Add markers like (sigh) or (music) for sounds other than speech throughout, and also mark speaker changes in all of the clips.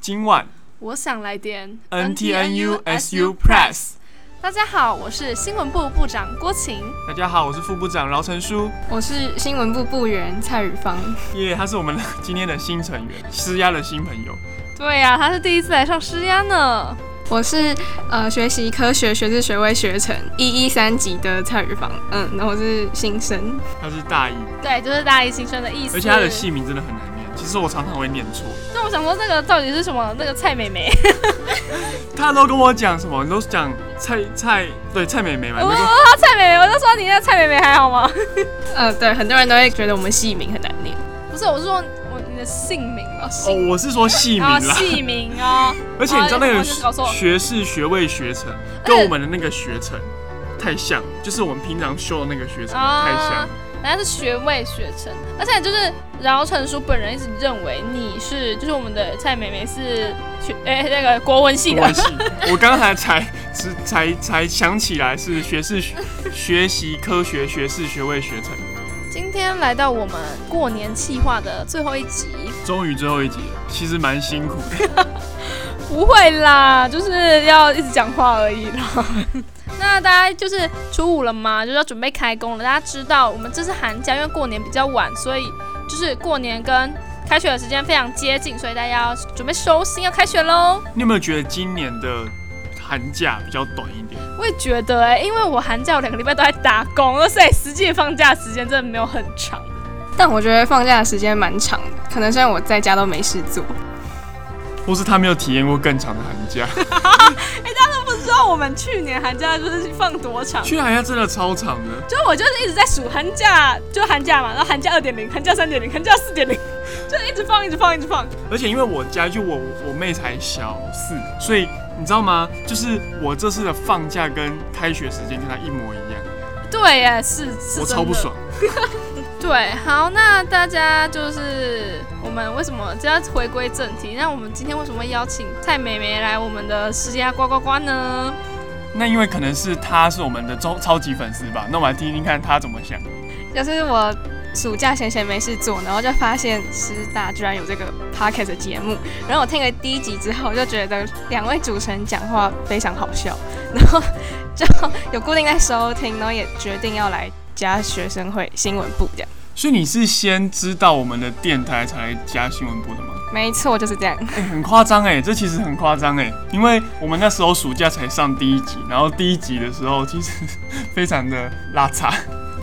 Speaker 1: 今晚
Speaker 2: 我想来点
Speaker 1: NTNU SU Press。
Speaker 2: 大家好，我是新闻部部长郭晴。
Speaker 1: 大家好，我是副部长饶成书。
Speaker 3: 我是新闻部部员蔡宇芳。
Speaker 1: 耶、他是我们的今天的新成员，施压的新朋友。
Speaker 2: 对呀、他是第一次来上施压呢。
Speaker 3: 我是呃学习科学学士学位学程一一三级的蔡宇芳，嗯，然后我是新生，
Speaker 1: 他是大一，
Speaker 2: 对，就是大一新生的意思。
Speaker 1: 而且他的戏名真的很难念，其实我常常会念错。
Speaker 2: 那我想说，这个到底是什么？那个蔡美眉，
Speaker 1: 他都跟我讲什么？你都讲蔡蔡对蔡美美嘛？
Speaker 2: 我
Speaker 1: 你
Speaker 2: 我
Speaker 1: 就说
Speaker 2: 说哦蔡美美，我就说你那蔡美美还好吗？
Speaker 3: (laughs) 呃，对，很多人都会觉得我们戏名很难念，
Speaker 2: 不是，我是说我你的姓名啊，
Speaker 1: 哦，我是说戏名
Speaker 2: 啊，
Speaker 1: 啦。
Speaker 2: 姓名啊，
Speaker 1: 而且你知道那
Speaker 2: 哦
Speaker 1: 个
Speaker 2: 我就搞错
Speaker 1: 学士学位学程跟我们的那个学程太像，就是我们平常修的那个学程
Speaker 2: 啊
Speaker 1: 太像。
Speaker 2: 人家是学位学成，而且就是饶成书本人一直认为你是，就是我们的蔡美美是学诶、那个国文系
Speaker 1: 没
Speaker 2: 的，
Speaker 3: 啊
Speaker 1: 关系，我刚才才才才才想起来是学士学学习科学学士学位学程，
Speaker 2: 今天来到我们过年企划的最后一集，
Speaker 1: 终于最后一集了，其实蛮辛苦的。
Speaker 2: 不会啦，就是要一直讲话而已啦。那大家就是初五了嘛，就是要准备开工了。大家知道我们这是寒假，因为过年比较晚，所以就是过年跟开学的时间非常接近，所以大家要准备收心，要开学喽。
Speaker 1: 你有没有觉得今年的寒假比较短一点？
Speaker 2: 我也觉得哎、因为我寒假有两个礼拜都在打工，而且实际放假时间真的没有很长。
Speaker 3: 但我觉得放假的时间蛮长的，可能是因为我在家都没事做，
Speaker 1: 或是他没有体验过更长的寒假？
Speaker 2: 不知哦道我们去年寒假就是放多长？
Speaker 1: 去年寒假真的超长的，
Speaker 2: 就我就是一直在数寒假，就寒假嘛，然后寒假二点零，寒假三点零，寒假四点零， (laughs) 就一直放，一直放，一直放。
Speaker 1: 而且因为我家就我我妹才小四，所以你知道吗？就是我这次的放假跟开学时间跟她一模一样，
Speaker 2: 对耶，是是
Speaker 1: 我超不。爽。
Speaker 2: 对，好，那大家就是我们为什么这要回归正题？那我们今天为什么会邀请蔡美美来我们的世家呱呱呱呢？
Speaker 1: 那因为可能是她是我们的超超级粉丝吧，那我们来听听看她怎么想。
Speaker 3: 就是我暑假闲闲没事做，然后就发现师大居然有这个 podcast 的节目，然后我听了第一集之后，就觉得两位主持人讲话非常好笑， (laughs) 然后就有固定在收听，然后也决定要来加学生会新闻部这样。
Speaker 1: 所以你是先知道我们的电台才来加新闻部的吗？ (coughs)
Speaker 3: 没错，就是这样。
Speaker 1: 哎、很夸张哎，这其实很夸张哎，因为我们那时候暑假才上第一集，然后第一集的时候其实 (laughs) 非常的拉差。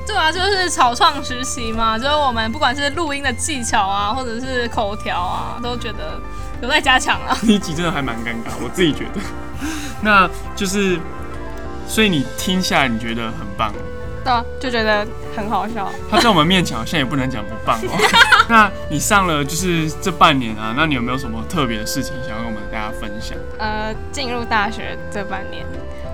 Speaker 2: 对啊，就是草创时期嘛，就是我们不管是录音的技巧啊，或者是口条啊，都觉得有待加强啊。
Speaker 1: 第一集真的还蛮尴尬，我自己觉得。 (laughs) 那就是，所以你听下来你觉得很棒，
Speaker 3: 对啊，就觉得很好笑。
Speaker 1: 他在我们面前好像也不能讲不棒哦。那你上了就是这半年啊，那你有没有什么特别的事情想要跟我们大家分享？
Speaker 3: 呃，进入大学这半年，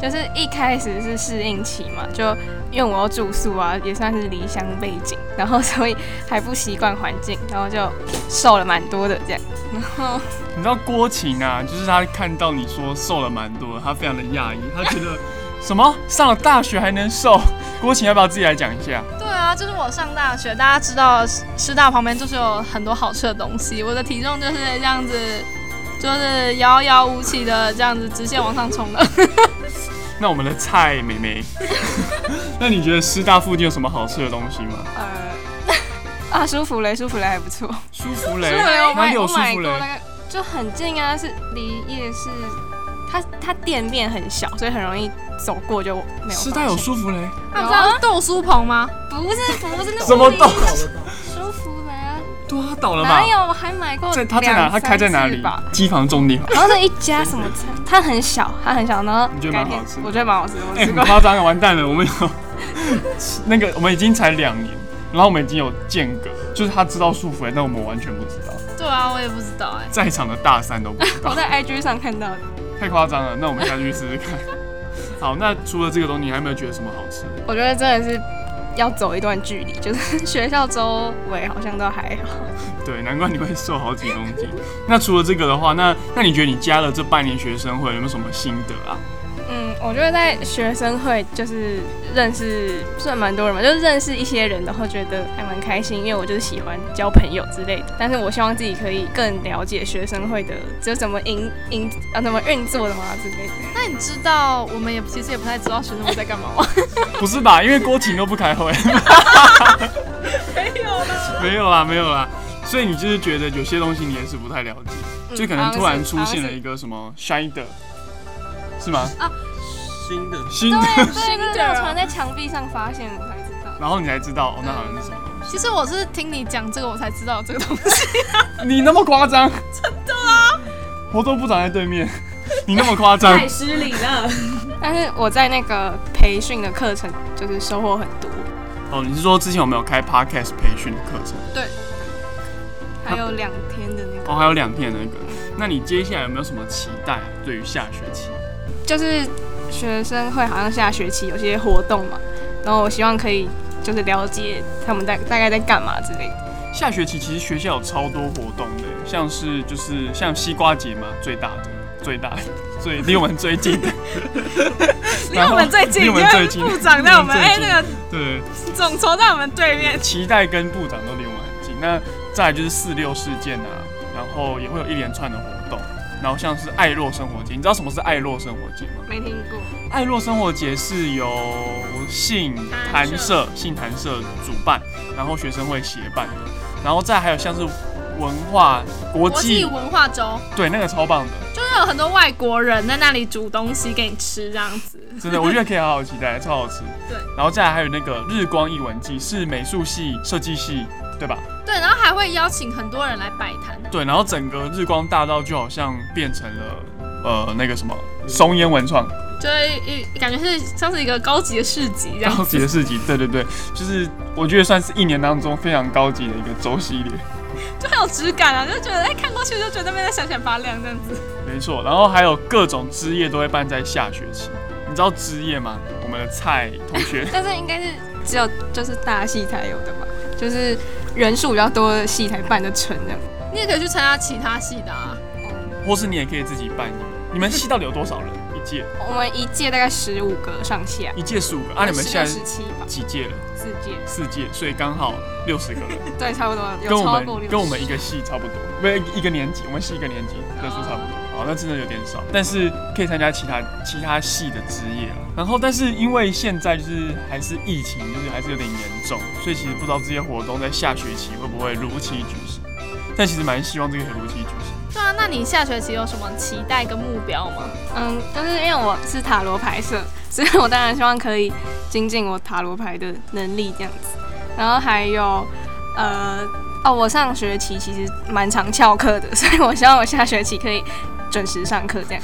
Speaker 3: 就是一开始是适应期嘛，就因为我要住宿啊，也算是离乡背景，然后所以还不习惯环境，然后就瘦了蛮多的这样。然后
Speaker 1: 你知道郭琴啊，就是他看到你说瘦了蛮多的，他非常的讶异，他觉得什么上了大学还能瘦？郭琴要不要自己来讲一下？
Speaker 2: 对啊，就是我上大学，大家知道师大旁边就是有很多好吃的东西，我的体重就是这样子，就是遥遥无期的这样子直线往上冲的。
Speaker 1: 那我们的蔡妹妹， (laughs) 那你觉得师大附近有什么好吃的东西吗？
Speaker 3: 呃， (laughs) 啊，舒服嘞，舒服嘞，还不错。
Speaker 1: 舒芙蕾，
Speaker 3: 舒服嘞，
Speaker 1: 哪
Speaker 3: 我买
Speaker 1: 里有
Speaker 3: 我
Speaker 1: 舒
Speaker 3: 买
Speaker 1: 芙
Speaker 3: 过
Speaker 1: 蕾？
Speaker 3: 那个，就很近啊，是离夜市，它它店面很小，所以很容易走过就没有。
Speaker 1: 师大有舒芙蕾？
Speaker 2: 那不知道是豆酥棚吗？
Speaker 3: 不是不是那
Speaker 1: 什么豆？
Speaker 3: 舒服嘞啊。
Speaker 1: 对啊，倒了吧
Speaker 3: 哪？有？我还买过
Speaker 1: 在他在哪？
Speaker 3: 两
Speaker 1: 他开在哪
Speaker 3: 三
Speaker 1: 里
Speaker 3: 次吧？
Speaker 1: 机房重点吧。
Speaker 3: 好像是一家什么餐，它很小，它很小，然后
Speaker 1: 你觉得
Speaker 3: 改
Speaker 1: 蛮
Speaker 3: 天
Speaker 1: 好吃
Speaker 3: 我觉得蛮好吃，我
Speaker 1: 哎、
Speaker 3: 吃
Speaker 1: 很 (laughs)
Speaker 3: 过。
Speaker 1: 夸张啊！完蛋了，我们有 (laughs) 那个，我们已经才两年，然后我们已经有间隔，就是他知道舒芙蕾，但我们完全不知道，
Speaker 2: 对啊，我也不知道哎、
Speaker 1: 在场的大三都不知
Speaker 3: 我
Speaker 1: 道，
Speaker 3: 在 IG 上看到的，
Speaker 1: (laughs) 太夸张了。那我们下去试试看。 (laughs) 好，那除了这个东西，你还有没有觉得什么好吃的？
Speaker 3: 我觉得真的是要走一段距离，就是 (laughs) 学校周围好像都还好。
Speaker 1: 对，难怪你会瘦好几公 (laughs) 斤。那除了这个的话，那那你觉得你加了这半年学生会有没有什么心得啊？
Speaker 3: 嗯，我觉得在学生会就是认识算蛮多人嘛，就是认识一些人，然后觉得还蛮开心，因为我就是喜欢交朋友之类的。但是我希望自己可以更了解学生会的，就怎么营营啊怎么运作的嘛之类的。
Speaker 4: 那你知道，我们也其实也不太知道学生会在干嘛吗？
Speaker 1: 不是吧？因为郭婷都不开会。没有啦，没 (laughs) 有啦。所以你就是觉得有些东西你也是不太了
Speaker 3: 嗯
Speaker 1: 解，就可能突然出现了一个什么 Shinder，是吗？
Speaker 5: 新的
Speaker 1: 新的，
Speaker 3: 对对对，我突然在墙壁上发现，我才知道。
Speaker 1: (laughs) 然后你才知道哦，那好像是什么东
Speaker 4: (laughs) 其实我是听你讲这个，我才知道这个东西。
Speaker 1: 西？你那么夸张？真的啊！活动部长在对面，你那么夸
Speaker 3: (laughs)
Speaker 1: 张？
Speaker 6: 失礼了。
Speaker 3: 但是我在那个培训的课程就是收获很多，
Speaker 1: 哦，你是说之前有没有开 Podcast 培训的课程？
Speaker 3: 还有两天的那个，
Speaker 1: 哦，还有两天的那个。那你接下来有没有什么期待啊？对于下学期？
Speaker 3: 就是学生会好像下学期有些活动嘛，然后我希望可以就是了解他们大大概在干嘛之类的。
Speaker 1: 下学期其实学校有超多活动的，像是就是像西瓜节嘛，最大的、最大的、最离我们最近的，
Speaker 3: 离我们最近，
Speaker 1: 离
Speaker 3: 因
Speaker 1: 我们最
Speaker 3: 为
Speaker 1: 近
Speaker 3: (laughs) 部长在我们
Speaker 1: 离我
Speaker 3: 哎、
Speaker 1: 们最近
Speaker 3: 那个
Speaker 1: 对，
Speaker 3: 总筹在我们对面。
Speaker 1: 期待跟部长都离我们很近。那再来就是四六事件啊，然后也会有一连串的活动，然后像是爱洛生活节，你知道什么是爱洛生活节吗？
Speaker 3: 没听过，
Speaker 1: 爱洛生活节是由信坛社、信坛社主办，然后学生会协办的，然后再还有像是文化国
Speaker 4: 国际
Speaker 1: 际，
Speaker 4: 文化周
Speaker 1: 对，那个超棒的。
Speaker 4: 就是有很多外国人在那里煮东西给你吃，这样子。
Speaker 1: 真的，我觉得可以好好期待，超好吃。
Speaker 4: 对，
Speaker 1: 然后再来还有那个日光艺文季，是美术系、设计系，对吧？
Speaker 4: 对，然后还会邀请很多人来摆摊。
Speaker 1: 对，然后整个日光大道就好像变成了呃那个什么松烟文创
Speaker 4: 就是一感觉是像是一个高级的市集这
Speaker 1: (laughs)
Speaker 4: 样子。
Speaker 1: 高级的市集，对对对，就是我觉得算是一年当中非常高级的一个周系列，
Speaker 4: 就很有质感啊，就觉得哎、看过去就觉得那边在闪闪发亮这样子。
Speaker 1: 没错。然后还有各种枝叶都会办在下学期，你知道枝叶吗？我们的蔡同
Speaker 4: (laughs)
Speaker 1: 学
Speaker 3: 但是应该是只有就是大戏才有的吧，就是人数比较多的戏才办得成这样。
Speaker 4: 你也可以去参加其他系的啊，
Speaker 1: 或是你也可以自己办一个。你们系到底有多少人？一届
Speaker 3: 我们一届大概十五个上下，
Speaker 1: 一届十五个，啊，你们现
Speaker 3: 十
Speaker 1: 在
Speaker 3: 七吧，
Speaker 1: 几届了？
Speaker 3: 四届，
Speaker 1: 四届，所以刚好六十个人，
Speaker 3: 对，差不多有
Speaker 1: 跟我
Speaker 3: 超过
Speaker 1: 们
Speaker 3: 六
Speaker 1: 跟我们一个系差不多，不是一个年级，我们系一个年级人数差不多。好，那真的有点少，但是可以参加其他其他系的职业了。然后，但是因为现在就是还是疫情，就是还是有点严重，所以其实不知道这些活动在下学期会不会如期举行。但其实蛮希望这个可以如期举行。
Speaker 4: 对啊，那你下学期有什么期待跟目标吗？
Speaker 3: 嗯，就是因为我是塔罗牌社， (laughs) 所以我当然希望可以精进我塔罗牌的能力这样子。然后还有，呃，哦，我上学期其实蛮常翘课的， (laughs) 所以我希望我下学期可以准时上课这样。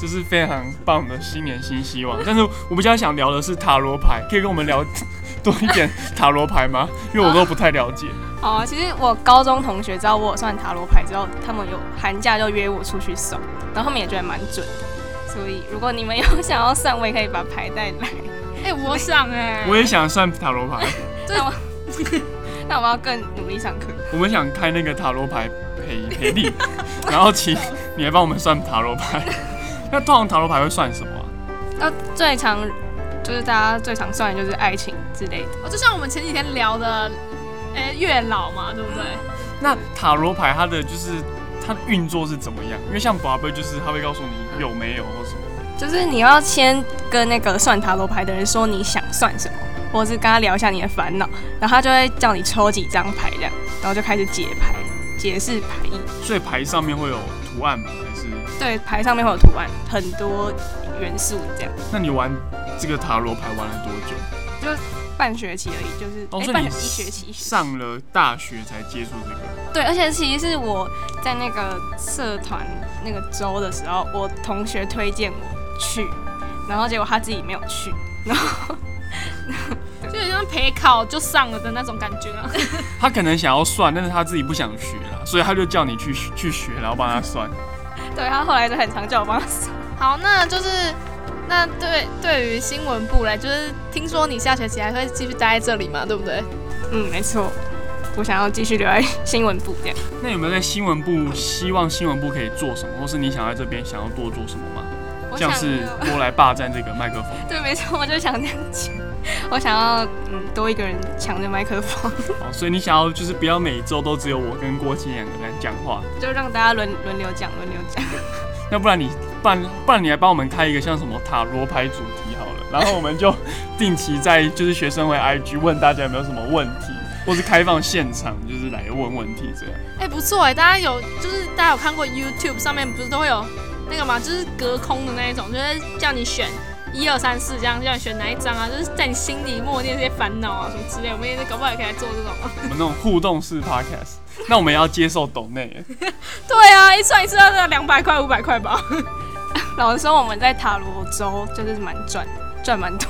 Speaker 1: 这是非常棒的新年新希望。但是我比较想聊的是塔罗牌，可以跟我们聊 (laughs) 多一点塔罗牌吗？因为我都不太了解。
Speaker 3: 哦，其实我高中同学知道我有算塔罗牌之后，他们有寒假就约我出去送，然后他们也觉得蛮准的。所以如果你们有 (laughs) 想要算，我也可以把牌带来。
Speaker 4: 哎、我想哎、
Speaker 3: 嗯
Speaker 1: 我也想算塔罗牌。
Speaker 3: (laughs) 那我要更努力上课。
Speaker 1: 我们想开那个塔罗牌陪陪你，然后请你来帮我们算塔罗牌。 (laughs) 那通常塔罗牌会算什么、啊？
Speaker 3: 那最常就是大家最常算的就是爱情之类的。
Speaker 4: 哦，就像我们前几天聊的，哎、月老嘛，对不对？
Speaker 1: 那塔罗牌它的就是它的运作是怎么样？因为像宝贝就是它会告诉你有没有或什么。
Speaker 3: 就是你要先跟那个算塔罗牌的人说你想算什么，或者是跟他聊一下你的烦恼，然后他就会叫你抽几张牌这样，然后就开始解牌，解释牌意。
Speaker 1: 所以牌上面会有图案吗？还是？
Speaker 3: 对，牌上面会有图案，很多元素这样。
Speaker 1: 那你玩这个塔罗牌玩了多久？
Speaker 3: 半学期而已，就是哎、
Speaker 1: 哦，所以
Speaker 3: 半
Speaker 1: 你
Speaker 3: 学期一学期一学期。
Speaker 1: 上了大学才接触这个。
Speaker 3: 对，而且其实是我在那个社团那个周的时候，我同学推荐我去，然后结果他自己没有去，
Speaker 4: 就有点像陪考就上了的那种感觉啊。
Speaker 1: 他可能想要算，但是他自己不想学啦，所以他就叫你去去学，然后帮他算。
Speaker 3: 对他后来就很常叫我帮他算。
Speaker 4: (laughs) 好，那就是那对对于新闻部嘞，就是听说你下学期还会继续待在这里嘛，对不对？
Speaker 3: 嗯，没错，我想要继续留在新闻部这样。
Speaker 1: 那有没有在新闻部希望新闻部可以做什么，或是你想在这边想要多做什么吗？
Speaker 3: 我
Speaker 1: 像
Speaker 3: 想
Speaker 1: 是多来霸占这个麦克风。
Speaker 3: 对，没错，我就想这样讲。我想要嗯多一个人抢着麦克风，
Speaker 1: 哦，所以你想要就是不要每周都只有我跟郭庆两个人讲话，
Speaker 3: (laughs) 就让大家轮轮流讲，轮流讲。
Speaker 1: 要不然你不然不然你来帮我们开一个像什么塔罗牌主题好了，然后我们就定期在就是学生会 IG 问大家有没有什么问题，或是开放现场就是来问问题这样。
Speaker 4: 哎、不错哎、大家有就是大家有看过 YouTube 上面不是都会有那个嘛，就是隔空的那一种，就是叫你选一二三四这样，叫你选哪一张啊，就是在你心里默念这些烦恼啊什么之类。我们也是搞不好也可以来做这种。啊 (laughs)
Speaker 1: 我们那种互动式 podcast，那我们也要接受抖内，
Speaker 4: 对啊，一算一次要两百块五百块吧。
Speaker 3: 老实说，我们在塔罗州就是蛮赚，赚蛮多。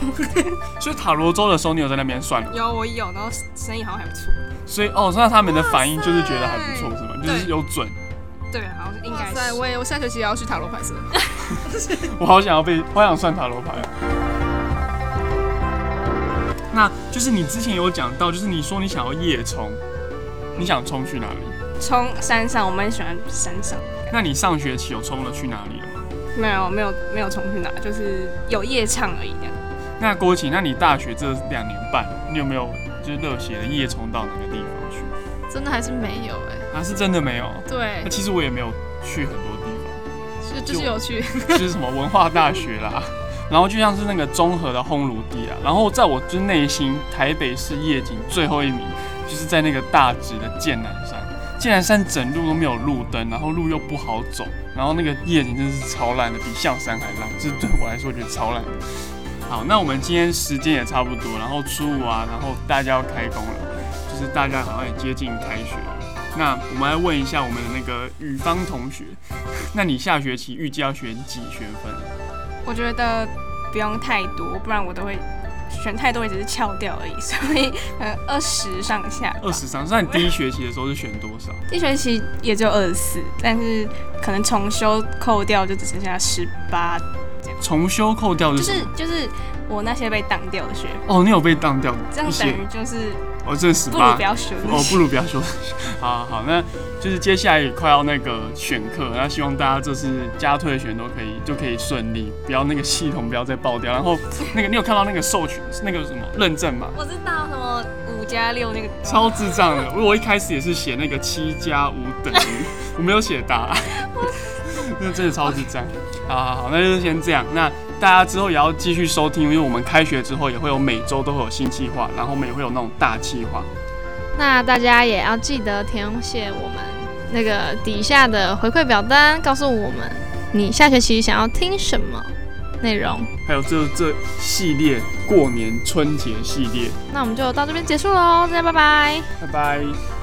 Speaker 1: 所以塔罗周的时候你有在那边算了，
Speaker 3: 有我有，然后生意好像还不错。
Speaker 1: 所以哦，那他们的反应就是觉得还不错是吗？就是
Speaker 3: 对
Speaker 1: 有准，
Speaker 3: 对，啊好像应该
Speaker 4: 哇
Speaker 3: 是
Speaker 4: 塞。我也我下学期也要去塔罗牌社。
Speaker 1: 我好想要被，好想算塔罗牌。那就是你之前有讲到，就是你说你想要夜冲，你想冲去哪里？
Speaker 3: 冲山上，我们很喜欢山上。
Speaker 1: 那你上学期有冲了去哪里了吗？
Speaker 3: 没有，没有，没有冲去哪，就是有夜唱而已。这样
Speaker 1: 那郭琪，那你大学这两年半，你有没有就是热血的夜冲到哪个地方去？
Speaker 4: 真的还是没有哎、
Speaker 1: 啊，是真的没有。那
Speaker 4: 对，
Speaker 1: 其实我也没有去很多地方。
Speaker 4: 就就是有趣。
Speaker 1: (laughs) 就是什么文化大学啦，然后就像是那个中和的烘炉地啊，然后在我就内心台北市夜景最后一名，就是在那个大直的剑南山。剑南山整路都没有路灯，然后路又不好走，然后那个夜景真是超烂的，比象山还烂，这对我来说我觉得超烂的。好，那我们今天时间也差不多，然后初五啊，然后大家要开工了，就是大家好像也接近开学了。那我们来问一下我们的那个雨芳同学，那你下学期预计要选几学分？
Speaker 3: 我觉得不用太多，不然我都会选太多，也只是翘掉而已。 (laughs) 所以，呃，二十上下吧。
Speaker 1: 二十三，那你第一学期的时候是选多少？
Speaker 3: 一学期也只有二十四，但是可能重修扣掉就只剩下十八，
Speaker 1: 重修扣掉
Speaker 3: 就是
Speaker 1: 什
Speaker 3: 是
Speaker 1: 么？
Speaker 3: 就是我那些被挡掉的学分，
Speaker 1: 哦，你有被当掉
Speaker 3: 这样
Speaker 1: 一
Speaker 3: 等
Speaker 1: 些
Speaker 3: 于，就是
Speaker 1: 哦，这十
Speaker 3: 不如
Speaker 1: 八
Speaker 3: 不，要学那
Speaker 1: 哦，
Speaker 3: 些
Speaker 1: 不如不要说。 (laughs) 好好好，那就是接下来也快要那个选课，那希望大家这次加退选都可以就可以顺利，不要那个系统不要再爆掉。然后那个你有看到那个授权那个什么认证吗？
Speaker 3: 我知道什么五加六那个
Speaker 1: 超智障的！我一开始也是写那个七加五等于，我没有写答案，那真的超智障。好好好，那就先这样。那大家之后也要继续收听，因为我们开学之后也会有每周都会有新计划，然后我们也会有那种大计划。
Speaker 4: 那大家也要记得填写我们那个底下的回馈表单，告诉我们你下学期想要听什么内容。
Speaker 1: 还有这这系列过年春节系列，
Speaker 4: 那我们就到这边结束喽，大家拜拜。
Speaker 1: 拜拜。